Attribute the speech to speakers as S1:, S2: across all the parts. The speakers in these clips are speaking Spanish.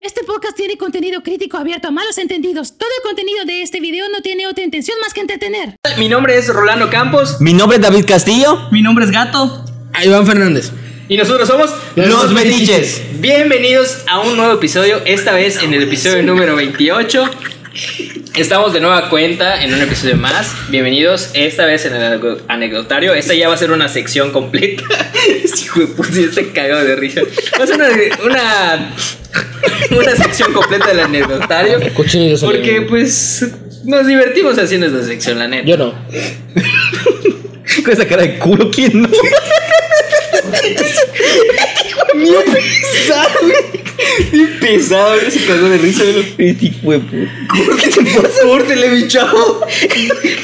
S1: Este podcast tiene contenido crítico abierto a malos entendidos. Todo el contenido de este video no tiene otra intención más que entretener.
S2: Mi nombre es Rolando Campos.
S3: Mi nombre es David Castillo.
S4: Mi nombre es Gato.
S5: A Iván Fernández.
S2: Y nosotros somos
S3: Los, Metiches.
S2: Bienvenidos a un nuevo episodio, esta vez en el episodio número 28. Estamos de nueva cuenta en un episodio más. Bienvenidos, esta vez en el anego- anecdotario. Esta ya va a ser una sección completa. Este hijo de puta, ya está cagado de risa. Va a ser una, una, una sección completa del anecdotario.
S5: Cochinillos.
S2: Porque, pues, nos divertimos haciendo esta sección, la neta.
S5: Yo no.
S3: Con esa cara de culo, ¿quién no? Bien pesado, güey. Bien pesado, güey. Se cagó de risa de los tipo de puta. ¿Qué te pasa? Córtele, mi chavo.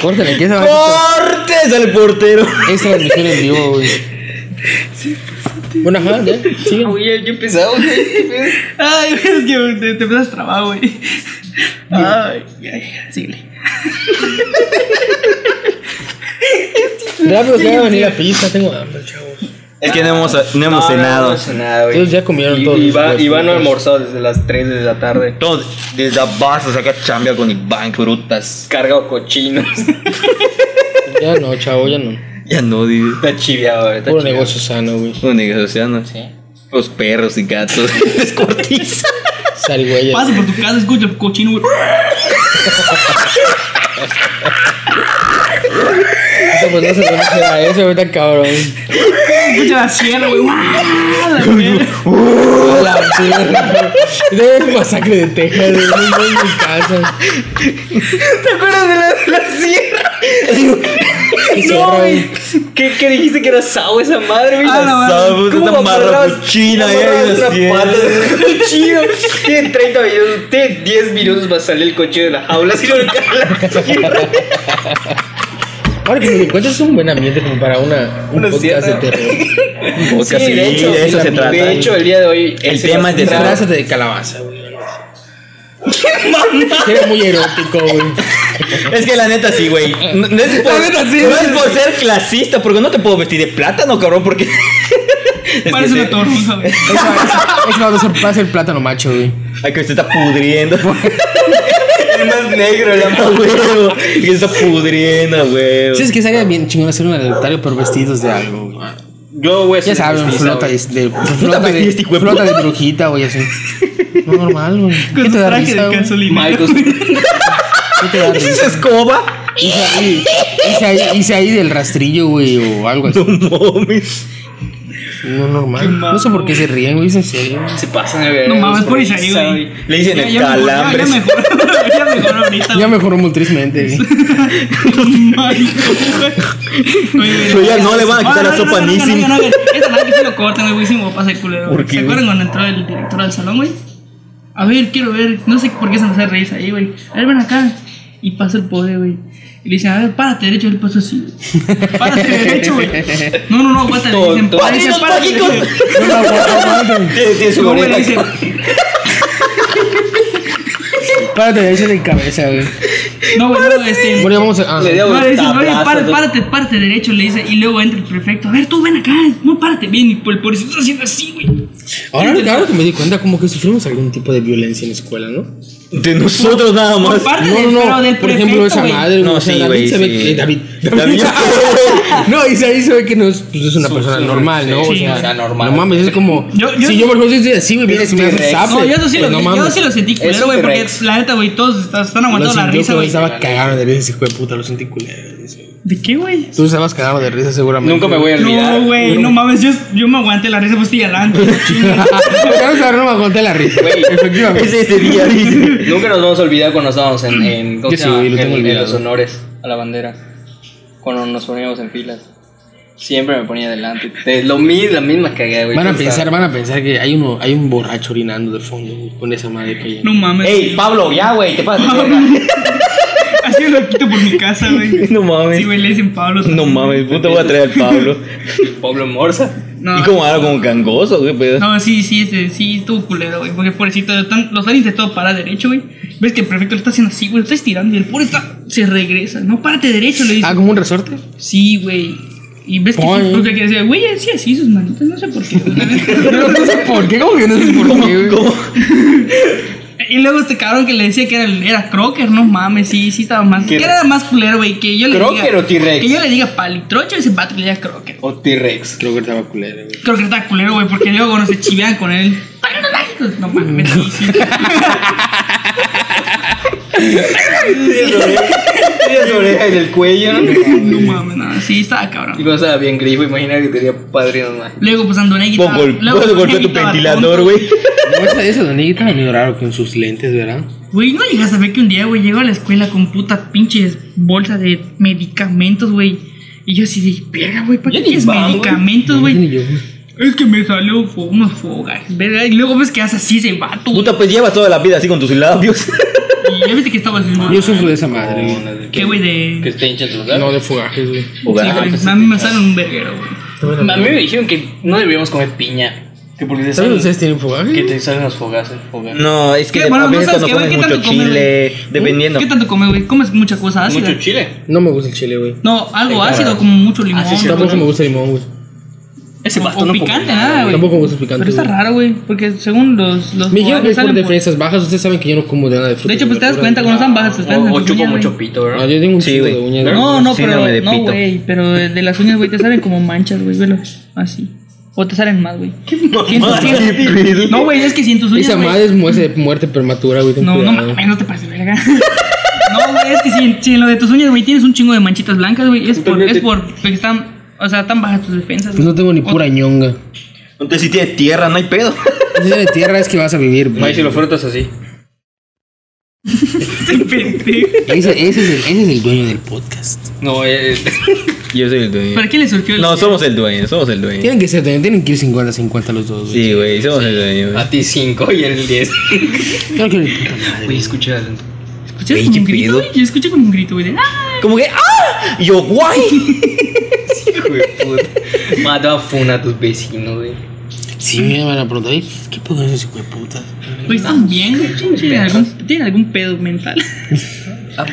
S5: Córtale, que esa va a
S3: ¡Cortes al portero!
S5: ser- es transmisión en vivo, güey. Bueno, ajá, ya. Sigue.
S2: Oye, yo empezaba, güey.
S4: Ay, es que te, te empiezas trabajo, güey. Ay, ay, síguele.
S5: Rápido que va a venir la pizza, tengo hambre, chavos.
S3: Es que no hemos, no hemos cenado.
S2: No, no, cenado, güey.
S5: Ellos ya comieron
S2: Y-
S5: todos.
S2: Iván,
S5: los-
S2: Iván no almorzó desde las 3 de la tarde.
S3: Todos desde abajo saca chambia con Iván, frutas.
S2: Cargado cochinos.
S5: Ya no, chavo, ya no.
S3: Ya no, dude.
S2: Está chiviado, güey, está
S5: Puro
S2: chiviado.
S5: negocio sano, güey.
S3: Los negocianos.
S2: Sí.
S3: Los perros y gatos. Descortiza.
S5: Sarigüeya.
S4: Pasa por tu casa, escucha el cochino, güey.
S5: Eso, pues no se conoce a eso, güey, tan cabrón.
S4: Escucha la sierra, güey. ¡Uah! La mierda.
S5: A la mierda. Es una masacre de Texas, güey. No no, en mi casa.
S2: ¿Te acuerdas de la, de la sierra?
S5: Qué zorra, güey.
S2: ¿Qué, qué dijiste que era sao esa madre, güey?
S4: Ah, la madre.
S3: Sabes,
S2: ¿Cómo
S3: pues, una
S2: amarrabas-
S3: marrapuchina ahí
S2: amarrabas
S3: en
S2: una
S3: la
S2: pata
S3: sierra.
S2: de un cochino? Tiene 30 minutos, tiene 10 minutos va a salir el cochino de la jaula. Si no le cae a la sierra.
S5: Ahora que me encuentras es un buen ambiente como para una, un
S2: Una
S5: podcast
S2: sierra.
S5: de terror.
S3: Podcast,
S2: Sí, de hecho,
S3: de eso
S2: sí,
S3: se
S2: de
S3: trata.
S2: hecho, el día de hoy.
S3: El
S2: ese
S3: tema
S2: va a
S3: es de
S2: ser-
S3: terror.
S5: Disfrázate de calabaza, güey. Era muy erótico, güey.
S3: Es que la neta sí, güey. No, no es por,
S5: La neta sí,
S3: no
S5: sí,
S3: es por ser clasista, porque no te puedo vestir de plátano, cabrón, porque. Es que
S4: Parece
S3: se-
S4: una toronja, güey.
S5: Esa, esa, esa va a ser- va a ser el plátano macho, güey.
S3: Ay, que usted está pudriendo. es más negro, la más huevo. Y que está pudriendo, güey.
S5: Sí, es que sería bien chingón hacer un alimentario por vestidos de algo, güey.
S2: Yo voy a
S5: Ya
S2: ser
S5: saben,
S2: mestizo,
S5: flota
S2: güey.
S5: de, de- flota, de,
S3: vestiste, güey?
S5: flota de brujita, güey, así. No, normal, güey. ¿Qué
S4: Con
S5: te
S4: su
S5: da
S4: traje
S5: risa,
S4: de
S5: güey?
S4: gasolina.
S2: Michael.
S5: ¿Qué te da
S3: ¿Es
S5: risa?
S3: esa escoba?
S5: Hice ahí, hice ahí, hice ahí del rastrillo, güey, o algo así.
S3: No mames.
S5: No, normal. No sé por qué se ríen, güey, es en serio.
S2: Se pasan de ver.
S4: No mames, por Isaí, güey.
S3: Le dicen
S4: Ya-
S3: el
S4: ya mejoró,
S3: calambre.
S4: Ya mejoró, ya mejoró ahorita,
S5: Ya
S4: güey.
S5: mejoró mutrizmente, güey.
S3: Pero ya no le van a quitar la
S4: no, no,
S3: sopa
S4: no, no,
S3: Nissin.
S4: no, no, no, Esa la que se lo cortan, güey, buenísimo, va a pasar culero. güey.
S3: ¿Por qué,
S4: ¿Se acuerdan cuando entró el director al salón, güey? A ver, quiero ver, no sé por qué se nos hace reír ahí, güey. A ver, ven acá. Y pasa el pobre, güey. Y le dicen, a ver, párate derecho, él pasó así. güey. Párate derecho, güey. No, no, no, aguanta, le dicen,
S2: Tonto.
S4: párate,
S3: ¡Padrinos
S4: párate,
S3: mágicos!
S4: derecho.
S5: No, no, no, no, no.
S3: Tiene, tiene su
S4: No, güey,
S3: gorrita.
S4: le dicen,
S5: Párate de en cabeza, güey.
S4: no, güey, no, este.
S5: Bueno, ya vamos a. ah,
S2: Le dio
S4: No,
S2: un
S4: le dicen, oye,
S2: tablazo,
S4: párate,
S2: dos-
S4: párate, párate derecho, le dice. Y luego entra el prefecto, a ver, tú ven acá, no, párate bien. Y por el pobrecito está haciendo así, güey.
S5: ahora, ahora que me di cuenta, como que sufrimos algún tipo de violencia en la escuela, ¿no?
S3: De nosotros nada
S4: Por
S3: más.
S4: parte
S5: No,
S4: del,
S5: no,
S4: pero
S5: no.
S4: del
S5: por ejemplo,
S4: prefecto,
S5: esa
S4: güey.
S5: madre,
S3: No,
S5: o sea,
S3: sí,
S5: David
S3: güey,
S5: se ve
S3: sí.
S5: que David.
S3: David.
S5: no, y ahí se ve que no es, pues, es una
S2: Su-
S5: persona
S2: su-
S5: normal, ¿no?
S2: sí,
S5: o
S2: era
S5: sea,
S2: normal.
S5: No mames, es como.
S4: Yo- yo-
S5: si yo por ejemplo estoy así, güey, vienes y me haces
S2: T-Rex.
S5: zape.
S4: No, yo eso sí
S5: pues,
S4: lo,
S5: no
S4: yo
S5: mames.
S4: sí lo sentí
S2: Es un
S4: culero, güey, porque
S2: T-Rex.
S4: la neta, güey, todos están, están aguantando la
S5: sentí,
S4: risa,
S5: pero
S4: güey.
S5: Estaba cagado de risa, ese hijo de puta, lo sentí culero. güey, sí.
S4: ¿De qué, güey?
S5: Tú estabas cagado de risa, seguramente.
S2: Nunca me voy a olvidar.
S4: No, güey, no mames, yo, yo me aguanté la risa, pues estoy adelante. chinga.
S5: Vamos a ver, no me aguanté la risa.
S2: Güey.
S5: Efectivamente.
S3: Es ese día, dice.
S2: Nunca nos vamos a olvidar cuando estábamos
S5: Mm.
S2: en, en, ¿cómo
S5: Yo
S2: se
S5: sí,
S2: llama?
S5: lo tengo
S2: En- en
S5: olvidado.
S2: los honores a la bandera. Cuando nos poníamos en filas. Siempre me ponía adelante. Te- lo mi- la misma cagada, güey.
S5: Van a
S2: Tú
S5: pensar,
S2: estabas-
S5: van a pensar que hay uno, hay un borracho orinando de fondo güey, con esa madre que hay.
S4: No mames.
S3: Ey, Pablo, ya, güey, te pasas de verga.
S4: Así lo quito por mi casa, güey.
S3: No mames.
S4: Sí, güey, le dicen Pablo.
S3: No mames, puta, voy a traer al Pablo.
S2: Pablo Morza.
S4: No.
S3: Y como ahora como gangoso, güey, pues.
S4: No, sí, sí, este, sí, estuvo culero, güey. Porque pobrecito, están- los han intentado parar derecho, güey. Ves que el prefecto lo está haciendo así, güey, lo está estirando y el pobre está, se regresa. No, párate derecho, le dice.
S5: Ah, como un resorte.
S4: Sí, güey. Y ves que
S5: Ay.
S4: sí, porque que decía, güey, sí, así sus manitas, no sé por qué.
S5: No, no sé por qué, como que no sé por
S3: ¿Cómo,
S5: qué, güey.
S3: cómo?
S4: Y luego este cabrón que le decía que era, el- era Crocker, no mames, sí, sí estaba más.
S3: ¿Qué
S4: ¿Qué
S3: era?
S4: era más culero, güey? Que yo le
S3: ¿Crocker
S4: diga.
S3: o T-Rex?
S4: Que yo le diga palitrocho y ese pato que le diga Crocker.
S3: O T-Rex.
S5: Creo que estaba culero, güey.
S4: Crocker está culero, güey, porque luego no se chivean con él. Pájaros mágicos. No mames, sí, sí.
S3: Las orejas y el cuello, ¿no?
S4: No mames, nada, sí, estaba
S2: Y
S4: cabrón.
S2: cuando estaba bien grifo, imagina que tenía padrinos más.
S4: Luego pues Andonegui. estaba- luego
S3: Vos
S4: Andonegui
S3: golpeó tu
S4: estaba
S3: ventilador,
S4: tonto.
S3: güey.
S5: No, esa, esa Donegui estaba medio raro con sus lentes, ¿verdad?
S4: Güey, no llegas a ver que un día, güey, llego a la escuela con puta pinches bolsa de medicamentos, güey. Y yo así de, verga, güey, ¿para
S3: Yo
S4: qué
S3: ni
S4: quieres
S3: va, güey.
S4: medicamentos,
S5: Ni
S4: güey?
S5: yo, güey.
S4: Es que me salió fo- unos fogas, verga. Y luego ves que hace así ese vato. güey.
S3: Puta, pues llevas toda la vida así con tus labios.
S4: Y ya viste que estaba así,
S5: Yo
S4: güey.
S5: sufro de esa madre, güey.
S4: ¿Qué, güey, de...?
S2: Que
S4: Sí,
S2: te hinchan tus
S5: No, de fogajes, güey.
S4: güey, a mí me sale un verguero, güey.
S2: A mí me dijeron que no deberíamos comer piña. Que porque te
S5: ¿Saben
S2: salen,
S5: ustedes tienen fogajes?
S2: que te salen los fogazos. fogazos.
S3: No, es que
S4: ¿Qué? Bueno,
S3: a
S4: no
S3: veces
S4: sabes
S3: cuando
S4: qué,
S3: comes
S4: güey, ¿qué
S3: mucho
S4: tanto comes,
S3: chile, dependiendo.
S4: ¿Qué tanto comes, güey? Comes mucha cosa
S5: Ah,
S4: ácida.
S2: Mucho chile.
S5: No me gusta el chile, güey.
S4: No, algo
S2: Sí,
S4: ácido,
S2: claro.
S4: como mucho limón.
S2: sí, cierto.
S5: Tampoco me gusta el limón, güey.
S2: Ese
S4: o-
S2: vato
S4: o
S2: no come
S4: picante,
S2: nada,
S4: nada, güey.
S5: Tampoco me gusta el picante.
S4: Pero está
S5: güey.
S4: raro, güey, porque según los... los
S5: Me dijeron
S4: fogajes
S5: que es por
S4: salen
S5: defensas bajas. Ustedes saben que yo no como de nada de fruta.
S4: De hecho, pues te das cuenta cuando están bajas tus
S2: O,
S4: uñas,
S2: o chupo
S4: güey.
S2: mucho pito,
S5: No,
S2: bro.
S5: yo tengo un
S3: Sí,
S5: chingo
S3: güey.
S5: de uñas. güey.
S4: No, no, pero
S3: Síndrome de
S4: no,
S3: pito.
S4: güey, pero de las uñas, güey, te salen como manchas, güey, velo, así. O te salen más, güey. Si en tus uñas- No, güey, es que si en tus uñas,
S5: Esa
S4: güey-
S5: madre es muerte, muerte prematura, güey. ten
S4: No, no
S5: cuidado.
S4: mames, no te pases de verga. No, güey, es que si, en- si en lo de tus uñas, güey, tienes un chingo de manchitas blancas, güey, es por es por porque están, o sea, están bajas tus defensas.
S5: Pues no tengo ni
S4: O-
S5: pura ñonga.
S3: Entonces, si tienes tierra, no hay pedo.
S5: Esa de tierra es que vas a vivir,
S2: Mae,
S5: güey.
S2: si lo frotas así.
S5: Ese, ese es el, ese es el dueño del podcast.
S2: No, eh,
S3: Yo soy el dueño.
S4: ¿Para qué le surgió el
S3: No, somos el dueño, somos el dueño.
S5: Tienen que ser dueños, tienen que ir 50-50 los dos, güey.
S3: Sí, güey, somos el dueño. güey.
S2: a ti 5 y el 10.
S5: Yo no quiero ni puta madre.
S2: Güey, escucha atento.
S4: ¿Escuchas
S3: Güey,
S4: como
S3: ¿qué
S4: un grito,
S3: pedo?
S4: güey? Yo escucho como un grito, güey. de, "Ah".
S3: Como que, ¡ah! Y yo, guay.
S2: Hijo de puta. Mata a funa a tus vecinos, güey.
S5: Sí, me van a preguntar, "Ey, ¿qué pedo con ese hijo de puta?
S4: Güey, están bien, Pues güey. ¿Tienen algún- Tienen algún pedo mental.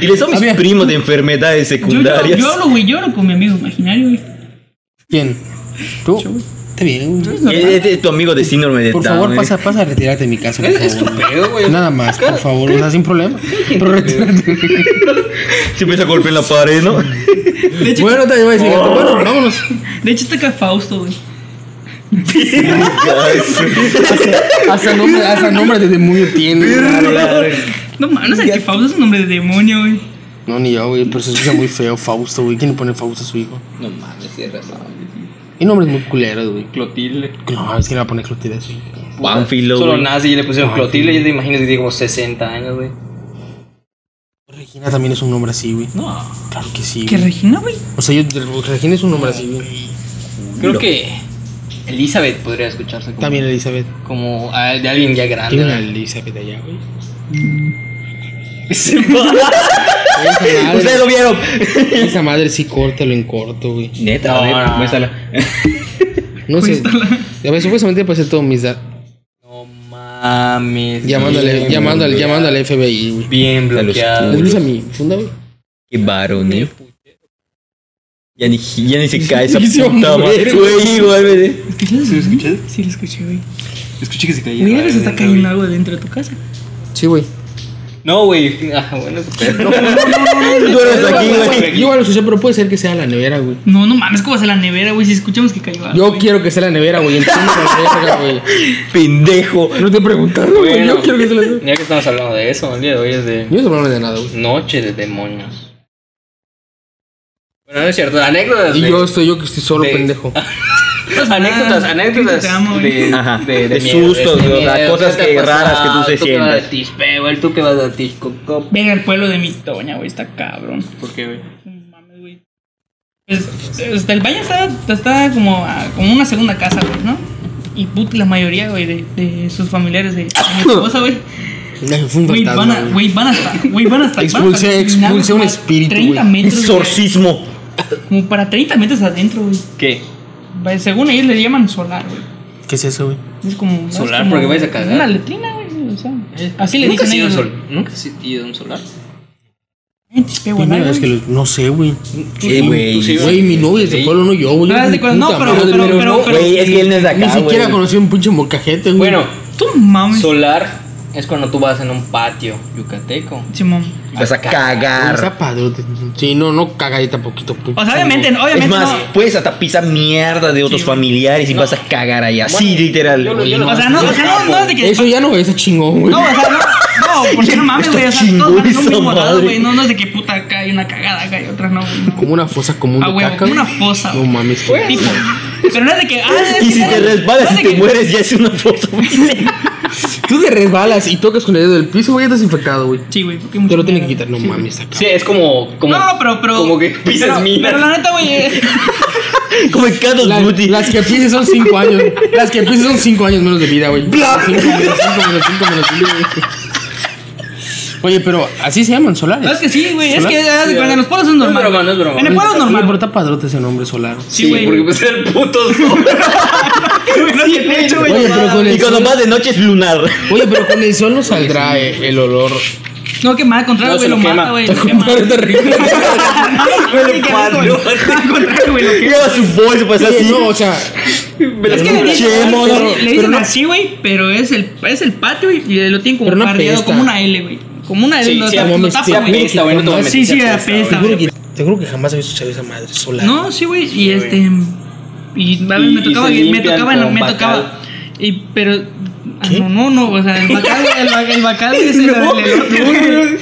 S3: Y le son mis
S5: Había-
S3: primos de enfermedades
S4: Yo lloro,
S3: secundarias.
S4: lloro, güey, lloro con mi amigo imaginario, güey.
S5: ¿Quién? ¿Tú? Está bien, güey.
S3: Este es tu amigo de síndrome de
S5: Por
S3: Down,
S5: favor,
S3: güey.
S5: pasa, pasa a retirarte de mi casa, por
S2: Es tu
S5: favor.
S2: pedo, güey.
S5: Nada más, por favor, o sea, sin problema. Pero retírate.
S3: Se empieza a golpear la pared, ¿no?
S5: Bueno, también voy a decir, bueno, vámonos.
S4: De hecho, está acá Fausto, güey.
S5: Hasta nombre, hasta nombre de demonio tiene.
S4: No mames, no sabes que Fausto es un nombre de demonio, güey.
S5: No, ni yo, güey, pero se escucha muy feo Fausto, güey. ¿Quién le pone Fausto a su hijo?
S2: No mames, tienes razón.
S5: Y nombres muy culeros, güey.
S2: Clotilde.
S5: No, es que le va a poner Clotilde a su hijo.
S3: Pánfilo,
S2: Solo
S3: güey.
S2: nazi y le pusieron Clotilde. Yo te imagino que tiene como 60 años, güey.
S5: Regina también es un nombre así, güey.
S2: No.
S5: Claro que sí.
S4: ¿Qué
S5: güey.
S4: Regina, güey?
S5: O sea, yo, Regina es un nombre así, güey.
S2: Creo que Elizabeth podría escucharse como,
S5: También Elizabeth.
S2: como a- de alguien ya grande.
S5: Tiene una
S2: ¿verdad?
S5: Elizabeth allá, güey. Esa madre-
S3: Ustedes lo vieron.
S5: Esa madre sí córtalo en corto, güey.
S3: Neta,
S2: No,
S3: a ver,
S2: no.
S3: muéstrala.
S5: No
S4: Pues
S5: sé. A ver, supuestamente pasé todo mis datos.
S2: No mames.
S5: Llamándole,
S2: bien
S5: llamando, al,
S2: bloqueado.
S5: llamando al FBI, güey.
S2: Bien
S3: A los
S2: bloqueado.
S5: ¿Le a mi funda, güey?
S3: Qué varón, eh. Ya ni, ya ni se cae esa
S5: Sí, se va a
S3: puta madre.
S5: morir,
S3: Güey, igual, güey.
S4: ¿Sí lo escuché? Sí lo escuché, güey.
S2: Escuché que se caía.
S4: Mira que se está cayendo algo dentro de tu casa.
S5: Sí, güey.
S2: No, güey. Ah, bueno, eso pero.
S3: Tú eres aquí, güey.
S5: Yo igual lo escuché, pero puede ser que sea la nevera, güey.
S4: No, no mames, ¿cómo va a ser la nevera, güey? Si escuchamos que cayó algo.
S5: Yo
S4: güey.
S5: quiero que sea la nevera, güey. Entiendo la verga, güey.
S3: Pendejo.
S5: No te preguntaron, güey.
S2: Bueno.
S5: Yo quiero que sea la nevera.
S2: Ya que estamos hablando de eso, el día de hoy es de
S5: Yo no hablo de nada, güey.
S2: Noche de Demonios. Bueno, no es cierto. Anécdotas.
S5: Y
S2: de-
S5: yo estoy, yo que estoy solo
S2: de-
S5: pendejo.
S2: Anécdotas,
S4: Ah,
S2: anécdotas
S4: te amo,
S2: de,
S4: güey.
S3: Ajá,
S2: de,
S3: de
S2: miedo,
S3: sustos,
S2: de
S3: o sea,
S2: miedo.
S3: cosas
S2: ¿Qué te
S3: que
S2: ha
S3: raras que tú
S2: pasado?
S3: te
S2: ¿Tú qué vas
S3: sientas?
S2: a Tispeo? ¿El tú que vas a Tiscoco?
S4: Ver al pueblo de mi toña, güey, está cabrón.
S2: ¿Por qué, güey?
S4: No mames, güey. Pues, este, el baño está, está como, a- como una segunda casa, güey, ¿no? Y put, la mayoría, güey, de, de sus familiares, de, de mi esposa, güey.
S5: Fue un
S4: Güey, van,
S5: fantasma,
S4: a-
S5: güey.
S4: güey, van hasta. Güey, van hasta.
S5: Expulsé-
S4: van hasta-
S5: expulsé un
S4: como a
S5: espíritu,
S4: 30
S5: güey.
S4: metros, güey.
S3: Exorcismo.
S4: Como para 30 metros adentro, güey.
S2: ¿Qué?
S4: Güey, Según ellos le llaman solar, güey.
S5: ¿Qué es eso, güey?
S4: Es como. es
S2: Solar,
S4: como
S2: porque vais a cagar.
S4: Una letrina, güey. O sea, así le
S2: ¿Nunca
S4: dicen
S2: has ido
S4: ellos.
S2: a un
S4: güey.
S2: sol- ¿Nunca has ido a un solar?
S4: En Tispehua,
S5: Primera
S4: ¿no,
S5: vez que
S4: güey?
S5: lo. No sé, güey.
S3: Sí,
S2: tú sí,
S3: Eh, güey.
S5: Güey, mi novia es de pueblo, no yo, güey.
S4: No, es de
S5: Puta
S4: pueblo, no, pero-
S5: madre,
S4: pero- pero-
S5: no.
S3: Ah, Güey, es que él no es de acá,
S5: Ni siquiera
S3: güey.
S5: conocí un pinche mocajete, güey.
S2: Bueno,
S4: Tú mames.
S2: solar es cuando tú vas en un patio yucateco.
S4: Simón.
S3: Vas a
S5: Un
S3: cagar.
S5: zapadote. Sí, no, no cagadita poquito. poquito.
S4: O sea, obviamente, no, obviamente
S3: Es más,
S4: no.
S3: puedes hasta pisar mierda de otros familiares y vas a cagar allá. sí, literal.
S2: yo lo- yo lo-
S4: O sea, no, o sea, no, no es de que.
S5: Eso ya no es chingón, güey.
S4: No, o sea, no. No, porque no mames, güey. O sea,
S3: Está
S4: todos van en
S3: chingón
S4: un mismo
S3: esa
S4: lado,
S3: madre.
S4: güey. No, no es de que puta acá hay una cagada, acá hay otra, no, güey. no.
S5: Como una fosa común
S4: Ah,
S5: de
S4: güey,
S5: caca.
S4: como una
S5: güey.
S4: fosa.
S5: No
S4: güey.
S5: mames, güey.
S4: Tipo. Pero no es de que. Ah, es
S3: Y
S4: que-
S3: si te resbalas
S4: no es
S3: y
S4: de
S3: te
S4: que-
S3: mueres, ya es una foto.
S5: Tú te resbalas y tocas con el dedo del piso, güey, es desinfectado, güey.
S4: Sí, güey, porque
S5: Te
S4: mucho
S5: lo tienen que
S4: miedo.
S5: quitar. No mames, está
S2: Sí, es como. como
S4: No, no, pero, pero.
S2: Como que pisas
S4: pero-
S2: minas.
S4: Pero la neta, güey. eh,
S3: Como en Call of
S5: La-
S3: Duty.
S5: las que pises son 5 años. Las que pises son 5 años menos de vida, güey. 5 menos 5 menos 5 menos 5, Oye, pero así se llaman
S4: No, es
S5: solares.
S4: que sí, güey. Es
S5: ¿Solar?
S4: que ah, de cuenta, en los pueblos es normal.
S2: broma, no es broma.
S4: En el pueblo es normal.
S5: Pero está padrote ese nombre solar.
S4: Sí, güey.
S2: porque pues era el puto sol.
S4: No, que de hecho, güey.
S5: Oye, pero con
S3: Y
S5: el
S3: cuando
S5: sol,
S3: más de noche es lunar.
S5: oye, pero con el sol no saldrá eh, el olor.
S4: No, que mal, al contrario,
S2: No, se
S4: güey. Lo
S2: lo quema.
S4: mata, güey. Lo quema.
S5: Madre terrible.
S4: Güey, qué rico, güey. Al contrario, güey. Lo quema.
S3: Lleva su bolso, pues
S5: Oye,
S3: así.
S5: No, o sea,
S4: Es que le
S3: Che,
S4: dicen,
S5: mono,
S4: le- le dicen
S5: pero no-
S4: así, güey, pero es el, es el patio güey, y lo tienen como
S5: Pero no
S4: bardeado
S5: apesta.
S4: como una L, güey. Como una L,
S2: Sí,
S4: no,
S2: sí,
S4: o sea,
S5: no
S4: lo
S5: mames, sí
S4: tapa, güey.
S2: apesta, güey, no te voy a
S5: Sí,
S2: mentir,
S4: sí, apesta.
S5: seguro que, seguro que jamás había escuchado esa madre solar.
S4: No, sí, güey, y este y a ver,
S2: Y-
S4: me
S2: y
S4: tocaba
S2: se
S4: y me
S2: limpian
S4: tocaba
S2: con
S4: me
S2: bacal.
S4: tocaba y pero ah, no, no, no, o sea, el bacal, güey, el, ba- el bacal es el el elote, güey. Es el,
S5: ¿Cómo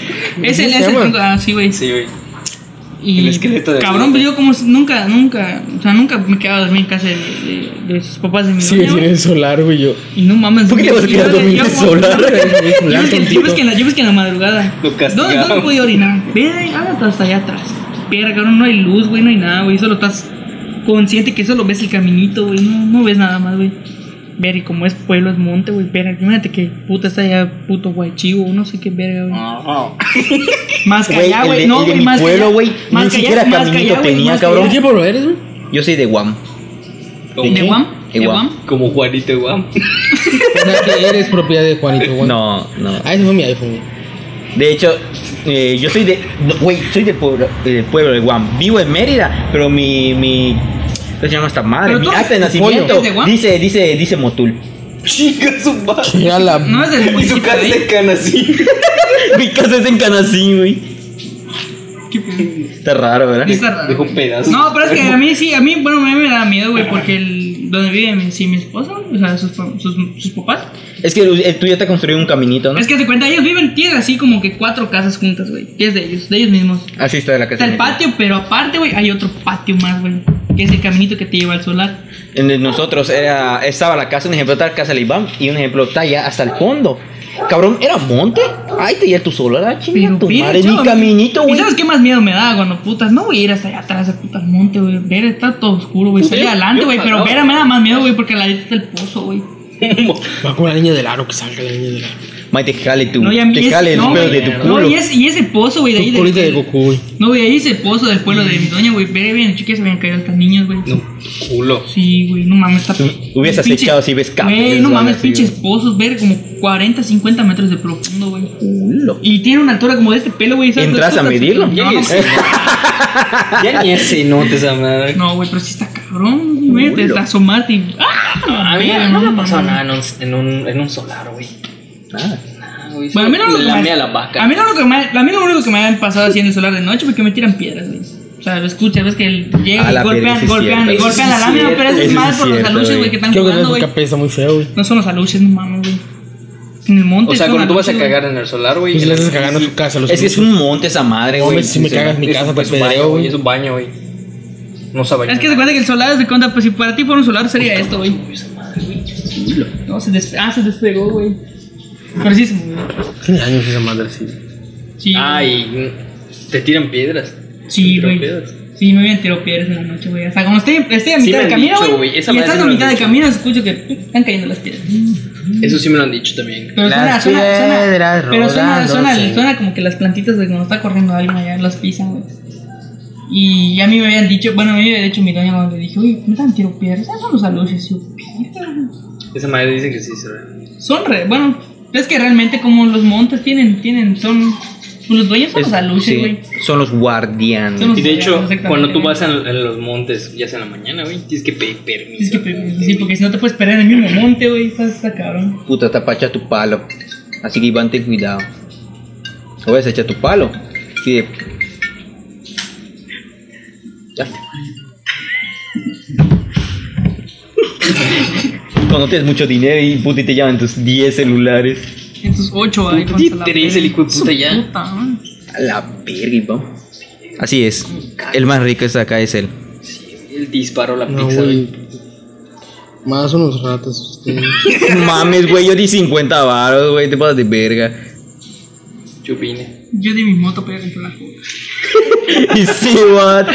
S5: se
S4: es el
S5: llama?
S4: tronco, ah, sí, güey.
S2: Sí, güey.
S4: Y
S2: El esqueleto de
S4: cabrón, pues,
S2: elote.
S4: yo como si- nunca, nunca, o sea, nunca me quedaba a dormir en casa de, de, de sus papás de mi
S5: Sí,
S4: novia,
S5: sí,
S4: güey.
S5: es solar, güey. Yo.
S4: Y no mames.
S3: ¿Por qué te vas a quedar dormido sola?
S4: Yo ves que, yo ves que en la, yo ves que en la madrugada.
S2: Lo
S4: ¿Dónde,
S2: castigamos.
S4: dónde podía orinar? Ve, hágate hasta allá atrás. Verga, cabrón, no hay luz, güey, no hay nada, güey. Solo estás consciente que solo ves el caminito, güey. No, no ves nada más, güey. Ver, y como es pueblo, es monte, güey. Verga, imagínate que puta está allá, puto guachivo, no sé qué verga,
S3: Ah.
S4: güey. Más que
S3: Güey,
S4: allá,
S3: el de-
S4: güey.
S3: el
S4: No,
S3: de
S4: güey,
S3: mi
S4: más que
S3: pueblo,
S4: allá.
S3: güey,
S4: Más
S3: ni
S4: que allá,
S3: siquiera
S4: más que
S3: caminito
S4: allá, güey,
S3: tenía,
S4: más que
S3: cabrón.
S5: ¿De
S4: allá.
S5: qué pueblo eres, güey?
S3: Yo soy de Guam.
S4: ¿De Guam? ¿De
S3: De
S4: Guam?
S3: Guam.
S2: Como Juanito Guam.
S5: O sea, que eres propiedad de Juanito, güey.
S3: No, no.
S5: Ah, ese fue mi iPhone, güey.
S3: De hecho, eh, yo soy de. no, Güey, soy del pueblo, del pueblo de Guam. Vivo en Mérida, pero mi. mi ¿Cómo se llama esta madre?
S4: Pero
S3: Mi
S4: tú-
S3: acta de
S4: ¿tú
S3: nacimiento.
S4: eres de Guam?
S3: Dice, dice, dice Motul.
S2: Chica su madre.
S5: Mira la.
S4: No es del
S2: Y su
S4: municipio,
S2: cara
S4: güey.
S2: de cana así.
S3: Mi casa es en Canasín, güey.
S4: Qué pedo.
S3: Está raro, ¿verdad?
S4: Sí, está raro.
S2: Dejó pedazos.
S4: No, pero es que a mí sí, a mí, bueno, a mí me da miedo, güey, porque el, donde vive mi, sí, mi esposa, o sea, sus, fam- sus, sus papás,
S3: Es que el, el tuyo te construyó un caminito, ¿no?
S4: es que te cuenta, ellos viven, tienen así como que cuatro casas juntas, güey, que es de ellos, de ellos mismos.
S3: Así está la casa.
S4: Está el
S3: de-
S4: patio, pero aparte, güey, hay otro patio más, güey, que es el caminito que te lleva al solar.
S3: En el- nosotros era, estaba la casa, un ejemplo está la casa de Iván y un ejemplo está allá hasta el fondo. Cabrón, era monte. Ay, te ya tu solar, ah, chinga
S4: Pero
S3: tu
S4: mira,
S3: madre,
S4: chavo,
S3: mi caminito,
S4: ¿Y
S3: güey.
S4: sabes qué más miedo me da cuando putas? No voy a ir hasta allá atrás, a putas monte, güey. Ver, está todo oscuro, güey. Salir
S2: Yo-
S4: adelante,
S2: yo
S4: güey. Pero
S2: pasaba.
S4: ver, me da más miedo, güey, porque la está el pozo, güey.
S5: Va con la niña del aro que salga la niña del aro.
S3: May, te jale tu,
S4: No, y a mí
S3: te
S4: es-
S3: jale el
S4: no,
S3: pelo de
S4: güey,
S3: tu
S4: No,
S3: culo.
S4: y, es, y ese pozo, güey, de ahí.
S5: Tu colita de Goku, güey.
S4: No, güey, ahí ese pozo del pueblo de mi doña, güey. Ve bien, chicas, se habían caído hasta niños, güey.
S2: Culo.
S4: Sí, güey, no mames, está.
S3: Tú hubieses
S4: pinche-
S3: acechado si ves cables,
S4: Güey,
S3: o
S4: no
S3: algo
S4: mames,
S3: así,
S4: pinches pozos, ver como 40, 50 metros de profundo, güey.
S3: Culo.
S4: Y tiene una altura como de este pelo, güey. ¿sabes?
S3: ¿Entras a
S4: Puta,
S3: medirlo?
S4: No, no,
S2: Ya ni ese note esa madre.
S4: no, güey, pero sí está cabrón, güey. Te
S3: Culo.
S4: asomaste y. ¡Ah!
S2: A mí
S4: Verga,
S2: no me ha pasado
S4: mames.
S2: nada en un, en un, en un solar, güey.
S3: Ah.
S2: Ah, güey,
S4: Bueno, a mí no lo que
S2: Lamé
S4: me-
S2: a la vaca.
S4: A mí, no lo que me, a mí lo único que me han pasado haciendo el solar de noche porque me tiran piedras, güey. O sea, lo escuchas, ves que el- llega
S3: A
S4: y
S3: la verga, sí es
S4: golpean, golpean, y
S3: cierto.
S4: golpean la
S2: Eso sí
S4: lámina,
S2: es
S4: pero eso es
S3: cierto,
S4: mal por los
S3: cierto,
S4: aluches, güey,
S3: güey.
S4: que están
S5: Creo que traes
S4: jugando,
S5: un
S4: güey.
S5: café, está muy feo, güey.
S4: No son los aluches, no mames, güey. En el monte.
S2: O sea,
S4: son
S2: cuando tú vas
S4: aluches,
S2: a
S4: güey. Pues
S2: cagar en el solar, güey.
S5: Y Pues si le haces
S2: el-
S5: cagando a tu casa, los
S3: Es que es un monte esa madre,
S5: Hombre,
S3: güey.
S5: si me cagas mi
S2: es-
S5: casa,
S2: es
S5: te
S2: un baño,
S5: pedreo,
S2: güey. Es
S5: güey.
S2: un baño, güey. No se baña.
S4: Es que se cuenta que el solar se cuenta, pues si para ti fuera un solar sería esto, güey. No, se despegó. Ah, se despegó, güey. Pero sí se movió.
S5: Tiene años esa madre, sí.
S4: Sí. güey.
S2: Ay, te tiran piedras.
S4: Sí,
S2: Te tiran
S4: güey.
S2: piedras.
S4: Sí, me habían tirado piedras en la noche, güey. Hasta cuando estoy, estoy a
S2: Sí me
S4: mitad de
S2: han
S4: camino,
S2: dicho,
S4: güey.
S2: güey.
S4: Y
S2: Esa madre
S4: estando
S2: sí
S4: a
S2: me
S4: mitad
S2: lo han
S4: de
S2: dicho.
S4: camino escucho que pum, están cayendo las piedras.
S2: Eso sí me lo han dicho también.
S4: Pero suena,
S3: Las
S4: suena,
S3: piedras
S4: suena, pero suena, suena,
S3: rodándose.
S4: suena como que las plantitas de cuando está corriendo alguien allá las pisan, güey. Y ya a mí me habían dicho, bueno, a mí me había dicho mi doña cuando le dije, oye, no tan tiro piedras, esas son los aluches. Y yo, "Piedras, güey".
S2: Esa madre dicen que sí se ve.
S4: son re, bueno, es que realmente como los montes tienen, tienen, son, pues los dueños son
S3: Es-
S4: los aluches,
S3: sí,
S4: güey.
S3: Son los guardianes.
S4: Son los-
S2: Y de hecho,
S4: Exactamente.
S2: cuando tú vas en, en los montes, ya sea en la mañana, güey, tienes que pedir permiso.
S4: Es que, pues, sí, porque si no te puedes perder en el mismo monte, güey, estás está cabrón.
S3: Puta, tapacha tu palo. Así que Iván, ten cuidado. O vas a echar tu palo. Así de- Ya. Cuando tienes mucho dinero y puta y te llaman tus 10 celulares.
S4: Entonces, 8 iPhones. a la
S2: Tres,
S4: verga.
S2: el hijo de puta,
S4: Su
S2: ya.
S4: puta, man.
S3: A la verga, Iván. Así es. El más rico es acá es él.
S2: Él disparó la
S5: No,
S2: pizza, güey.
S5: güey. Más unos ratas ustedes.
S3: No Mames, güey, yo di 50 varos, güey, te pasas de verga.
S2: Chupine.
S4: Yo di mi moto para ir a comprar la coca.
S3: Y sí, vato.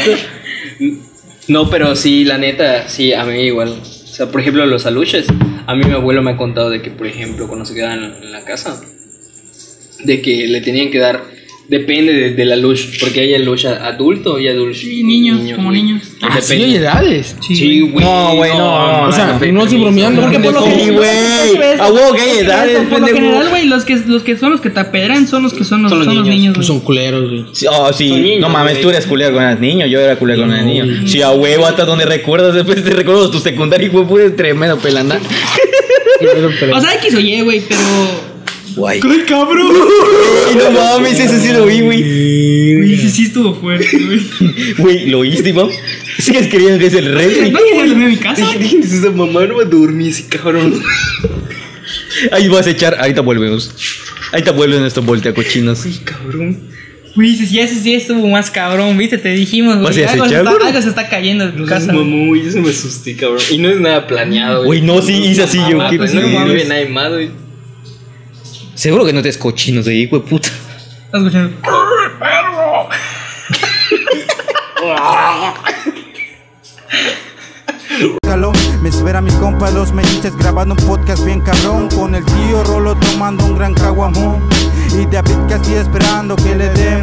S2: No, pero sí, la neta, sí, a mí igual. O sea, por ejemplo, los aluches. A mí mi abuelo me ha contado de que, por ejemplo, cuando se quedaban en la casa, de que le tenían que dar. Depende de, de la luz, porque hay aluche adulto y aluche.
S4: Sí, niños, como
S2: güey.
S4: niños.
S5: Ah, sí,
S2: Depende.
S5: hay edades.
S2: Sí, güey.
S3: No, güey, no,
S5: O sea,
S3: no,
S5: no estoy bromeando.
S4: Porque por lo
S5: pendejo.
S3: Sí,
S4: general-
S3: güey. A huevo que hay edades,
S4: Por lo
S3: pendejo.
S4: general, güey, los que, los que son los que te apedrean son los que son los, son los niños,
S5: Pues
S4: güey.
S5: son culeros, güey.
S3: Sí, oh, sí.
S2: Son niños,
S3: no mames,
S2: güey.
S3: tú eres culero con los niños, yo era culero con los niños. Sí, a huevo, hasta donde recuerdas, después te recuerdas tu secundaria y fue puro tremendo pelanda.
S5: Culero, pero-
S4: O sea, X o Y, güey, pero.
S3: Guay. ¡Ay, cabrón! no mames, ese sí lo vi, güey.
S4: Güey, sí, sí estuvo fuerte, güey.
S3: Güey, ¿lo oíste, Iván? ¿Sigues creyendo que es el rey?
S4: ¿No quieres dormir en mi casa?
S2: Déjense esa mamá, no va a dormir ese cabrón.
S3: Ahí vas a echar, ahorita volvemos. Ahorita vuelven estos volteacochinos.
S2: Cabrón.
S4: Güey, sí, sí, ese sí estuvo más cabrón, viste, te dijimos,
S3: Vas a
S4: güey. Algo, se
S3: acechar,
S4: está-
S3: güey.
S4: algo se está cayendo de tu
S5: Pues,
S4: casa.
S2: mamón, güey, yo se me asusté, cabrón. Y no es nada planeado,
S3: Güey, no, sí, hice así yo.
S2: Mamá,
S3: ¿qué
S2: pues,
S3: pasó?
S2: no me viene nadie más, güey.
S3: Seguro que no te es cochinos de ahí, güey, puta.
S4: ¿Estás escuchando?
S6: Salón, Me espera mis compas los meniches grabando un podcast bien cabrón Con el tío Rolo tomando un gran caguamón Y David Castillo esperando que le den